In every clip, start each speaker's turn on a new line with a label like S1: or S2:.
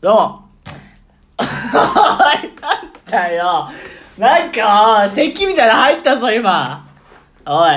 S1: どうも。 おい、なんだよ。なんか、咳みたいなの入ったぞ、今。おい。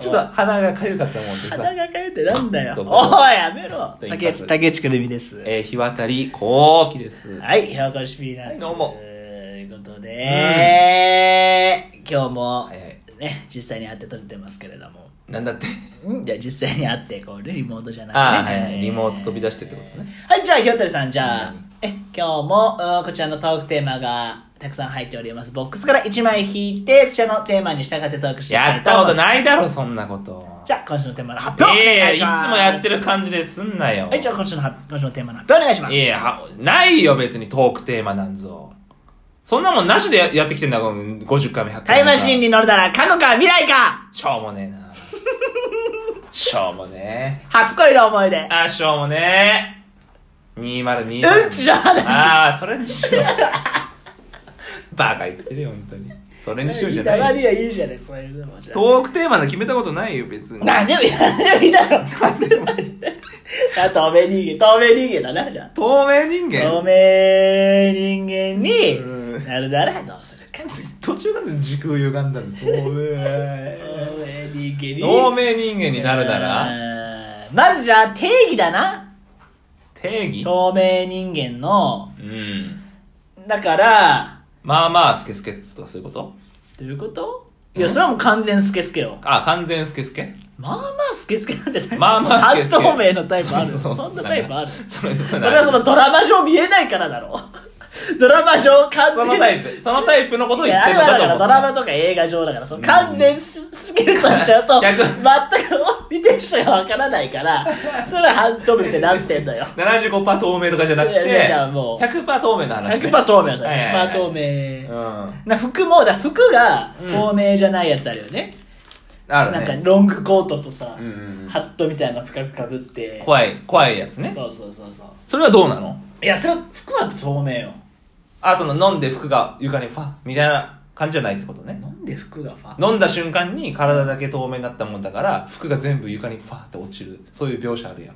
S2: ちょっと鼻が痒かったもんでさ
S1: 鼻がかゆってなんだよ。
S2: どうも
S1: おい、やめろ。
S2: 一発
S1: 竹内、竹内くるみです。
S2: えー、日渡りこうきです
S1: はい、ひよこしピーナッ
S2: はい
S1: ツ。
S2: どうも
S1: ということで、今日も、
S2: はいはい
S1: ね、実際に会って撮れてますけれども。
S2: なんだって
S1: んじゃあ実際に会って、こう、リモートじゃなくて、
S2: ああはいはいリモート飛び出してってことね
S1: はい、じゃあ、ひよたりさん、じゃあ、
S2: うん
S1: え、今日も、うんこちらのトークテーマがたくさん入っております。ボックスから1枚引いて、そちらのテーマに従ってトークしていき
S2: や
S1: たいと思い
S2: った
S1: ます
S2: ことないだろそんなこと
S1: じゃあ、今週のテーマの発表、
S2: いやい
S1: お
S2: や
S1: 願
S2: いつ
S1: します
S2: もやってる感じですんなよ
S1: はい、じゃあ、今週の発今週のテーマの発表お願いします。
S2: いやはないよ別にトークテーマなんぞそんなもんなしでややってきてんだこの50回目100回目
S1: タイムマシンに乗るなら過去か未来か
S2: しょうもね えなしょうもね
S1: 初恋の思い出
S2: え。あしょうもねえ2020
S1: うんちの話。
S2: ああそれにしよ うバカ言ってるよ本当にそれにしようじゃ
S1: たま
S2: な
S1: に
S2: い
S1: はいいじゃない、そういうのも。じゃあ
S2: トークテーマの決めたことないよ別に
S1: 何でもいい、何でもいいだろ。何でもいい。あ、透明人間、透明人間だな、じゃあ。
S2: 透明人
S1: 透
S2: 間
S1: 明人間
S2: うん
S1: になるならどうするか
S2: 途中なんで時空歪んだんだ透
S1: 透
S2: 明
S1: 明人間に
S2: 透明人間になるなら
S1: らまずじゃあ定義だな
S2: 定義
S1: 透明人間の
S2: うん
S1: だから
S2: まあまあスケスケとかそういうこと
S1: どういうこといやそれはもう完全スケスケよ
S2: あ完全スケスケ
S1: まあまあスケスケなんてタイプ
S2: まあまあスケスケ
S1: 半透明のタイプある
S2: ううう
S1: そんなタイプある
S2: それ
S1: それはそのドラマ上見えないからだろドラマ上完
S2: そ
S1: 全
S2: のタ イプそのタイプのことを
S1: い
S2: 言っ
S1: やあ
S2: て
S1: れ
S2: るの
S1: はだ
S2: かと
S1: か
S2: 思
S1: ら
S2: っ
S1: ドラ
S2: た
S1: マとか映画上だからその完全ススケルトンしちゃうと
S2: 逆
S1: 全く見てる人がわからないからそれは半透明ってなってん のよ
S2: 75%透明とかじゃなく
S1: いやいや
S2: て
S1: じゃあもう
S2: 100%透明の話、ね、
S1: 100%透明
S2: はいはい
S1: さ
S2: はい
S1: 100%透明
S2: うん
S1: な服もだ服が
S2: うん
S1: 透明じゃないやつあるよね、
S2: あるね
S1: なんかロングコートとさ、
S2: うんうんうん
S1: ハットみたいなの深くかぶって
S2: 怖い怖いやつね
S1: そうそうそうそう
S2: それはどうなの
S1: いやそれは服は透明よ
S2: あその飲んで服が床にファッみたいな感じじゃないってことね
S1: なんで服がファ
S2: 飲んだ瞬間に体だけ透明になったもんだから服が全部床にファーって落ちるそういう描写あるやん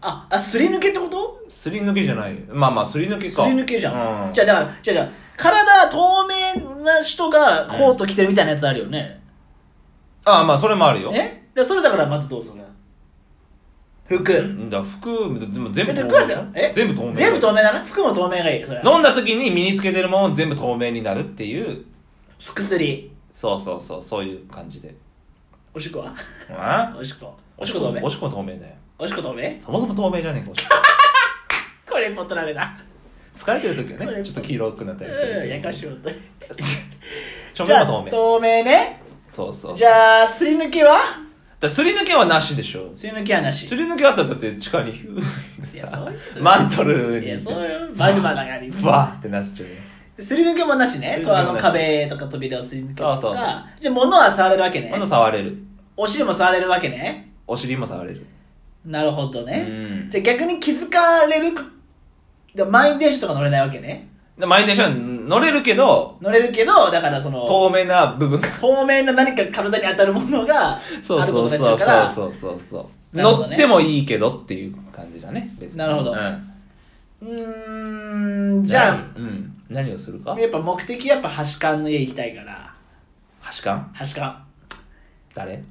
S1: ああすり抜けってこと
S2: すり抜けじゃないまあまあすり抜けか
S1: すり抜けじゃん、
S2: うん
S1: じゃあだからじゃあじゃあ体透明な人がコート着てるみたいなやつあるよね、
S2: ああまあそれもあるよ
S1: えでそれだからまずどうする服、
S2: うんだから服でも全
S1: え
S2: 部
S1: で
S2: 透
S1: 服
S2: 明
S1: だっ
S2: じ
S1: た
S2: ゃ
S1: よ
S2: ん
S1: え
S2: 全部透明
S1: 全部透明だな服も透明がいいそれは
S2: 飲んだ時に身につけてるもん全部透明になるっていう
S1: 薬
S2: そうそうそうそういう感じで
S1: おしっこは
S2: あ
S1: おしっこおしっこ透明
S2: おしっこ透明だよ
S1: おしっこ透明
S2: そもそも透明じゃねえかおしっこ
S1: これも取られた
S2: 疲れてる時
S1: こ
S2: は
S1: れ
S2: ねちょっと黄色くなったりするけど
S1: うんやかしようと
S2: ちょ
S1: じ
S2: め
S1: ゃ
S2: は
S1: あ
S2: 透
S1: 透
S2: 明
S1: 明ね
S2: そうそう
S1: じゃあすり抜けは
S2: あすり抜けはなしでしょ
S1: すり抜けはなし
S2: すり抜けあったらだって地下にヒューって
S1: いやそういうこと
S2: さマントル
S1: い
S2: に
S1: やそういうマグマだからに
S2: バーってなっちゃうよ
S1: すり抜けもなしね。
S2: すり抜け
S1: と
S2: も
S1: あ
S2: なし
S1: の壁とか扉をすり抜けとか。
S2: そうそうそう
S1: じゃあ物は触れるわけね
S2: 今。度触れる
S1: お尻も触れるわけね。
S2: お尻も触れる
S1: なるほど
S2: う
S1: ね。
S2: ん
S1: じゃあ逆に気づかれる。で満員電車とか乗れないわけね。
S2: で満員電車は乗れるけど
S1: 乗れるけど、だからその、
S2: 透明な部分が
S1: 透明な何か体に当たるもの が、ある
S2: そう
S1: こと
S2: そう
S1: になっち
S2: そ
S1: ゃ
S2: う
S1: うから、
S2: そうそうそう
S1: なるほど
S2: 乗
S1: ね
S2: ってもいいけどっていう感じだね別に
S1: なるほど
S2: うん
S1: うーん、じゃあ、
S2: 何うん何をするか
S1: やっぱ目的やっぱ橋館の家行きたいから、
S2: ハシカン
S1: 橋館。
S2: 誰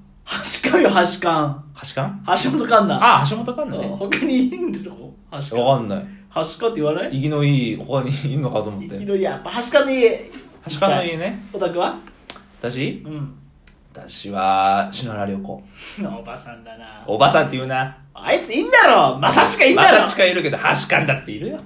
S1: 橋館よ、橋館。
S2: ハシカン
S1: 橋本環奈。
S2: あ橋本環奈ね
S1: 他にいいんだろ橋館。
S2: わかんない
S1: 橋館って言わない
S2: 生きのいい他にいるのかと思っ
S1: 生き
S2: て
S1: のいいやっぱはしかの家
S2: はしかの家ね
S1: おたくは
S2: 私
S1: うん
S2: 私は篠原涼子
S1: おばさんだな
S2: おばさんって言うな
S1: あいついいんだろまさちかいいんだろ
S2: まさちかいるけどはしかんだっているよ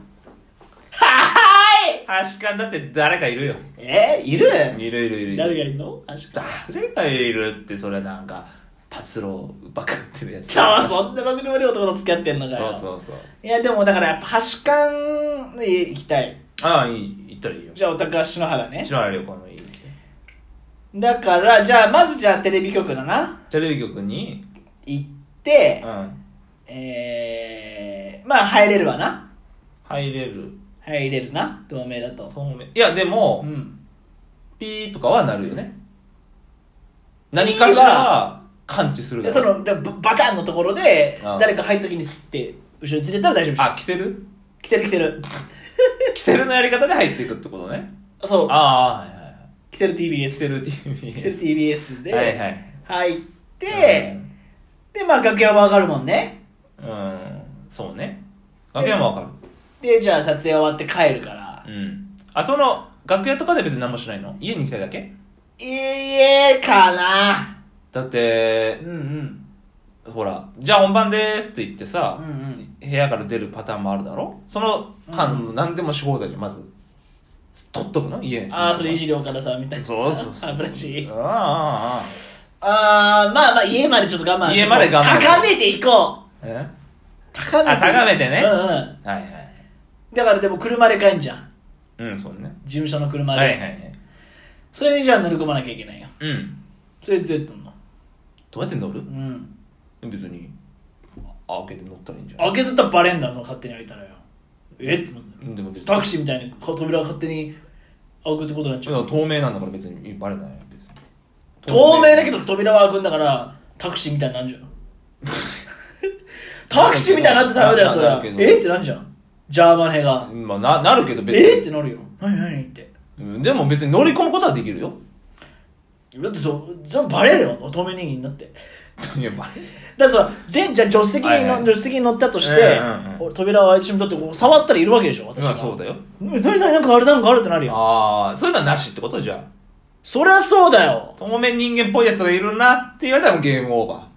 S1: はーい
S2: はしかんだって誰かいるよ
S1: えー、いる
S2: いるいるいるいる
S1: 誰がいるのはしか
S2: 誰がいるってそれなんか達郎ばっか言ってるやつ
S1: そうそんなろくでもねえ男と付き合ってんのか
S2: そ
S1: よ
S2: うそうそう
S1: いやでもだからやっぱはしかんの家行きたい
S2: ああいい行ったらいいよ
S1: じゃあおたくは篠原ね
S2: 篠原涼子の家に来て
S1: だからじゃあまずじゃあテレビ局だな
S2: テレビ局に
S1: 行っ
S2: う
S1: て、
S2: ん
S1: えー、まあ入れるわな
S2: 入れる
S1: 入れるな透明だと
S2: 透明いやでも、
S1: うん
S2: ピーとかはなるよね何かしら感知する
S1: で
S2: だ
S1: そ
S2: ろう
S1: のでババカンのところで
S2: ああ
S1: 誰か入った時にスッて後ろについてたら大丈夫でしょ。
S2: あ、着せる
S1: 着てる着てる。
S2: 着せるのやり方で入っていくってことね。
S1: そう。
S2: ああ、はいはい。
S1: 着てる
S2: 着せ
S1: TBS。
S2: る
S1: 着てる
S2: TV。
S1: TBS
S2: はい
S1: で、
S2: はい。
S1: 入って、で、まあ楽屋はわかるもんね。
S2: うん、うん、そうね。楽屋もわか
S1: で、じゃあ撮影終わって帰るから。
S2: る。うん。あ、その、楽屋とかで別に何もしないの家に来たいだけ
S1: いえかな。
S2: だっ
S1: う
S2: て
S1: ん、うん。
S2: ほら、じゃあ本番ですって言って
S1: う
S2: さ
S1: ん、うん。
S2: 部屋から出るパターンもあるだろその間、何でもし放題じゃんまず。取っとくの家に
S1: ああ、それいじり岡田さんみたいな。
S2: そうそうそう。
S1: 私
S2: ああああ、ああ。
S1: ああ、まあまあ家までちょっと我慢して。
S2: 家まで我慢
S1: 高めていこう。
S2: え
S1: 高めて。
S2: あ高めてね
S1: うんうん。
S2: はいはい。
S1: だからでも車で帰んじゃん。
S2: うん、そうね。
S1: 事務所の車で。
S2: はいはいはい。
S1: それにじゃあ乗り込まなきゃいけないよ。
S2: うん。
S1: それどうやってんの
S2: どうやって乗る
S1: うん。
S2: 別に。あ開けて乗ったらいいんじゃない
S1: 開けとったらバレんだろ、その勝手に開いたらよ。えってなんだよ
S2: うんでも別に
S1: タクシーみたいにこう扉勝手に開くってことになっち
S2: で
S1: ゃ
S2: も
S1: う。
S2: 透明なんだから別にバレないよ別に
S1: 透明だけど扉は開くんだから、タクシーみたいになん じゃん。タクシーみたいになってダメだよ、それ
S2: な
S1: は。
S2: るけど
S1: えってなんじゃん。ジャーマネが。
S2: まあななるけど別
S1: えっ
S2: に
S1: てなるよ。何何って。
S2: うんでも別に乗り込むことはできるよ
S1: だってそ、そのバレるよ、透明人間になって。
S2: いやバレ
S1: だからさ、で、じゃあ助手席に,、
S2: はいはい
S1: 助手席に乗ったとして、
S2: うんうんうん
S1: お扉を開いてしまったって、こう触ったらいるわけでしょ、私
S2: ま
S1: が。
S2: あそうだよ
S1: なになになんかあれなんかあるってなるよ。
S2: ああそういうのはなしってことじゃあ
S1: そりゃそうだよ。
S2: 透明人間っぽいやつがいるなって言われたらゲームオーバ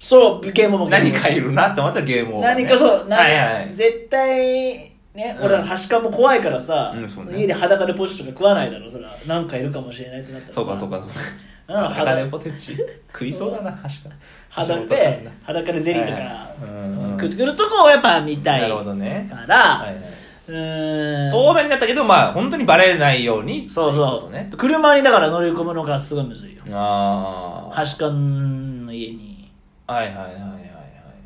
S1: そう、ゲームも
S2: ー何かいるなって思ったらゲームオーバー、ね、
S1: 何かそう、な
S2: はいはい
S1: 絶対、ね、
S2: うん
S1: 俺は端かも怖いからさ、
S2: うんそうね
S1: 家で裸でポテチとか食わないだろ、そりゃ。なんかいるかもしれないってなったらさ。
S2: そうかそうかそうか
S1: うん
S2: 裸
S1: 裸
S2: でポテチ 食いそうだな確かに
S1: 裸で、裸でゼリーと
S2: はい
S1: か、
S2: はいうんうん
S1: 食ってくるとこをやっぱ見たい
S2: なるほ
S1: か
S2: どね、
S1: ら、
S2: はいはいう
S1: ーん。
S2: 透明になったけどまあ本当にバレないように
S1: そう
S2: ってい
S1: そ
S2: こ
S1: う、
S2: とね
S1: 車にだから乗り込むのがすごいむずいよ
S2: ああ
S1: 橋勘の家に
S2: はいはいはいはいはい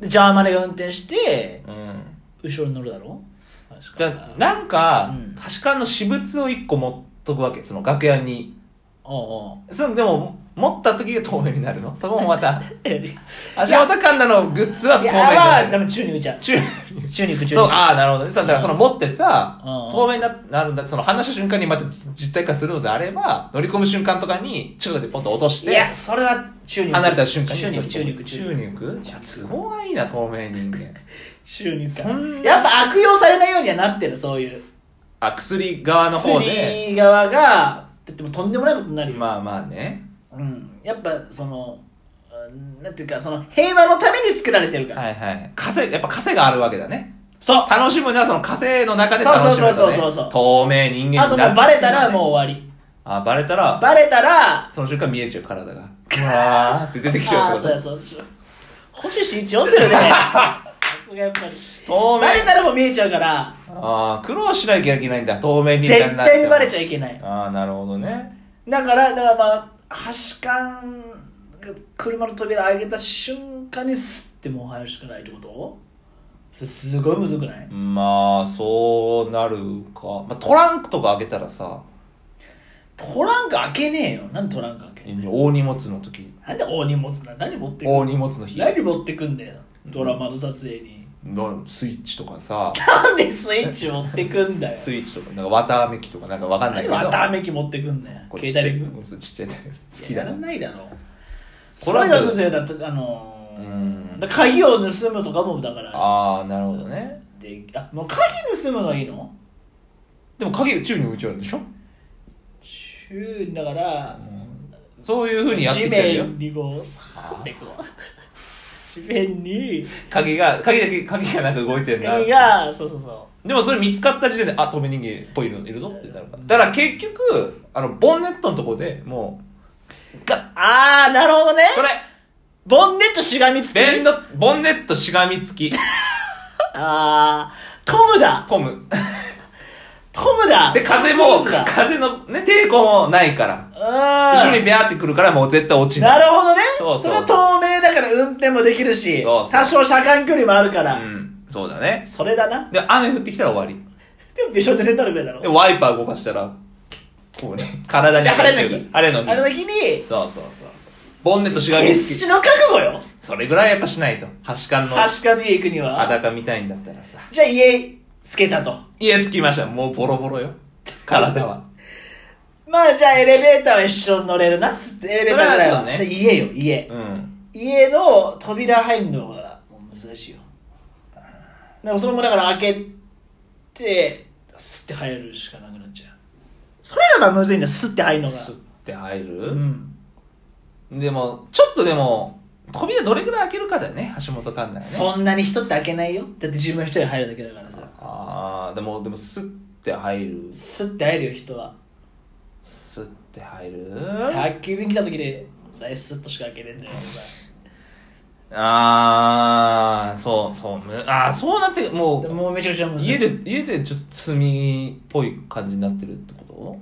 S1: でジャーマネが運転して
S2: うん
S1: 後ろに乗るだろ
S2: じ
S1: 橋勘
S2: ゃ
S1: が
S2: あなんか、
S1: うん
S2: 確かの私物を一個持っとくわけその楽屋に
S1: おうお う
S2: そのでも持った時が透明になるのそこもまた
S1: えい
S2: 足元環奈のグッズは透
S1: や
S2: 明に
S1: まあ
S2: な
S1: で
S2: る
S1: も宙に浮いちゃう
S2: 中
S1: 宙に浮く宙に
S2: そう
S1: 浮く
S2: ああなるほどねそうだからその持ってさ
S1: うん
S2: 透明にななるんだその話した瞬間にまた実体化するのであれば乗り込む瞬間とかに近くでポンと落とし
S1: い
S2: て
S1: やそれは宙に浮く
S2: 離れた瞬間に
S1: 宙に浮く宙に浮く宙に
S2: 宙に浮くいや都合がいいな透明人間
S1: 宙に浮く
S2: そんな
S1: やっぱ悪用されないようにはなってるそういう
S2: あ薬側の方で
S1: 薬側がだってもうとんでもないことになるよ、
S2: まあまあね
S1: うん、やっぱそのうんなんていうかその平和のために作られてるから、
S2: はいはい稼いやっぱ稼があるわけだね
S1: そう
S2: 楽しむのはその火星の中で楽しむんだね
S1: そうそうそうそうそう
S2: 透明人間にな
S1: あともうバレたらもう
S2: う
S1: 終わり。
S2: あバレたら
S1: バレたら、
S2: その瞬間見えちゃう体がうわーって出てきちゃ
S1: あ
S2: う
S1: あ、
S2: って
S1: そう
S2: こ
S1: やそうしよう。星新一読ん でるね。さすがやっぱり。
S2: と透明
S1: バレたらもう見えちゃうから、
S2: あー苦労しなきゃいけないんだ透明人
S1: 絶
S2: 間になって
S1: 対にバレちゃ
S2: い
S1: いけない。
S2: ああなるほどね
S1: だから、だからまあ、端間が車の扉開けた瞬間にスッてもう入るしかないってことそれすごいむずくない
S2: まあそうなるか、まあ、トランクとか開けたらさ
S1: トランク開けねえよ。なんでトランク開けね
S2: 大荷物の時
S1: えなんで大荷物なん何持ってく
S2: 大
S1: ん
S2: 荷物の日
S1: 何持ってくんだよ。ドラマの撮影に。
S2: のスイッチとかさ
S1: なんでスイッチ持ってくんだよ。
S2: スイッチとかなんか綿あめ機とかなんかわかんな
S1: 何
S2: いけど
S1: わたあめき持ってくんね
S2: こう
S1: 携
S2: ちっち
S1: 帯
S2: ゃい
S1: リング
S2: そうちっちゃいタイプ好き
S1: やら
S2: だな
S1: ないだろそ
S2: それは
S1: れが無勢だったあの
S2: う
S1: ー
S2: ん
S1: だから鍵を盗むとかもだから
S2: ああなるほどね
S1: であもう鍵盗むのがいいの
S2: でも鍵宙に浮いちゃうんでしょ、
S1: 中だから
S2: そういうふうにやって
S1: 地
S2: きてるよ
S1: 面にこうさーってこう地面に
S2: 鍵が鍵だけ鍵がなんか動いてんだ
S1: 鍵がそうそうそ
S2: でもそれ見つかった時点であ透明人間っぽいのいるぞってなるからだから結局あのボンネットのとこでもうガッ
S1: うああなるほどね
S2: それ
S1: ボンネットしがみつき
S2: ベンドボンネットしがみつき
S1: ああトムだ
S2: トム
S1: トムだ
S2: で風も
S1: トムズだ
S2: 風のね抵抗もないから後ろ
S1: うん
S2: にビャーってくるからもう絶対落ち
S1: な
S2: ない
S1: るほどね。
S2: そうそう
S1: れは透明だから運転もできるし、
S2: そうそう
S1: 多少車間距離もあるから、
S2: うんそうだね
S1: それだな。
S2: で雨降ってきたら終わり
S1: でもびしょ濡れになるぐらいだろ。
S2: でワイパー動かしたらこうね体に
S1: で晴れの
S2: 晴れ
S1: 日。
S2: 晴れの日
S1: 晴れの日に、
S2: そうそうそうそうボンネットしがみ
S1: 決
S2: つき
S1: 死の覚悟よ
S2: それぐらいやっぱしないと端間の
S1: はしかで行くには
S2: 裸みたいんだったらさ
S1: じゃあ家つけたと
S2: 家着きましたもうボロボロよ体は
S1: まあじゃあエレベーターは一緒に乗れるなすエレベーターぐらいは
S2: それはそうね
S1: で家よ家
S2: うん
S1: 家の扉入るのがもう難しいよだからそれもだから開けてスッて入るしかなくなっちゃうそれがまあむずいんだよスッて入るのが
S2: 吸って入る、
S1: うん
S2: でもちょっとでも扉どれぐらい開けるかだよね橋本環奈がね
S1: そんなに人って開けないよだって自分一人入るだけだからさ
S2: ああでもでもスッて入る
S1: スッて入るよ人は
S2: スッて入る
S1: 宅急便来た時でさスッとしか開けねえんだよ
S2: ああそうそうむああそうなっても
S1: お前
S2: う
S1: もうめちゃくちゃむずい
S2: 家で家でちょっと罪っぽい感じになってるってこと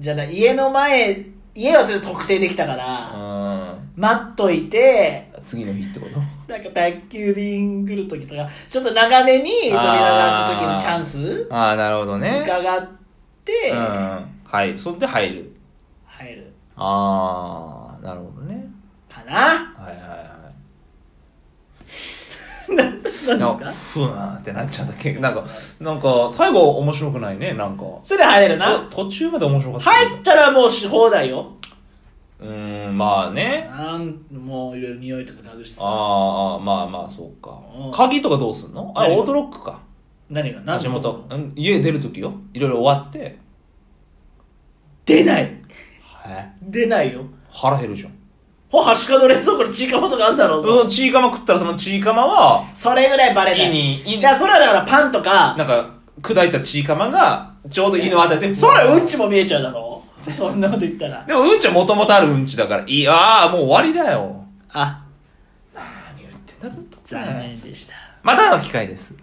S1: じゃあな家の前家は私特定できたから、
S2: うん
S1: 待っといて
S2: 次の日ってこと
S1: なんか宅急便来る時とかちょっと長めに扉が開く時のチャンス
S2: ああなるほどね
S1: 伺って
S2: うんはいそんで入る
S1: 入る
S2: ああなるほどね
S1: かな、
S2: はいはいはい
S1: なんです
S2: なんか
S1: か
S2: ふわーんってなっちゃったけどなんかなんか最後面白くないねなんか
S1: それで入れるな
S2: と途中まで面白かったけど
S1: 入ったらもうし放題よ
S2: うーんまあね
S1: なんもういろいろ匂いとか嗅ぐしさ
S2: あーあーまあまあそうか
S1: うん
S2: 鍵とかどうすんのあ
S1: 何が
S2: オートロックか
S1: 何が何
S2: 橋
S1: の
S2: 本うん家出るときよいろいろ終わって
S1: 出ない
S2: はい
S1: 出ないよ
S2: 腹減るじゃん
S1: ほはしかの冷蔵庫にちいかまとかあんだろうと
S2: うんちいかま食ったらそのちいかまは
S1: それぐらいバレない
S2: 胃に胃に
S1: いやそれはだからパンとか
S2: なんか砕いたちいかまがちょうど胃のあたりで
S1: そらうんちも見えちゃうだろそんなこと言ったら
S2: でもうんちはもともとあるうんちだからいやーもう終わりだよ
S1: あ
S2: 何言ってんだずっと
S1: 残念でした、
S2: またの機会です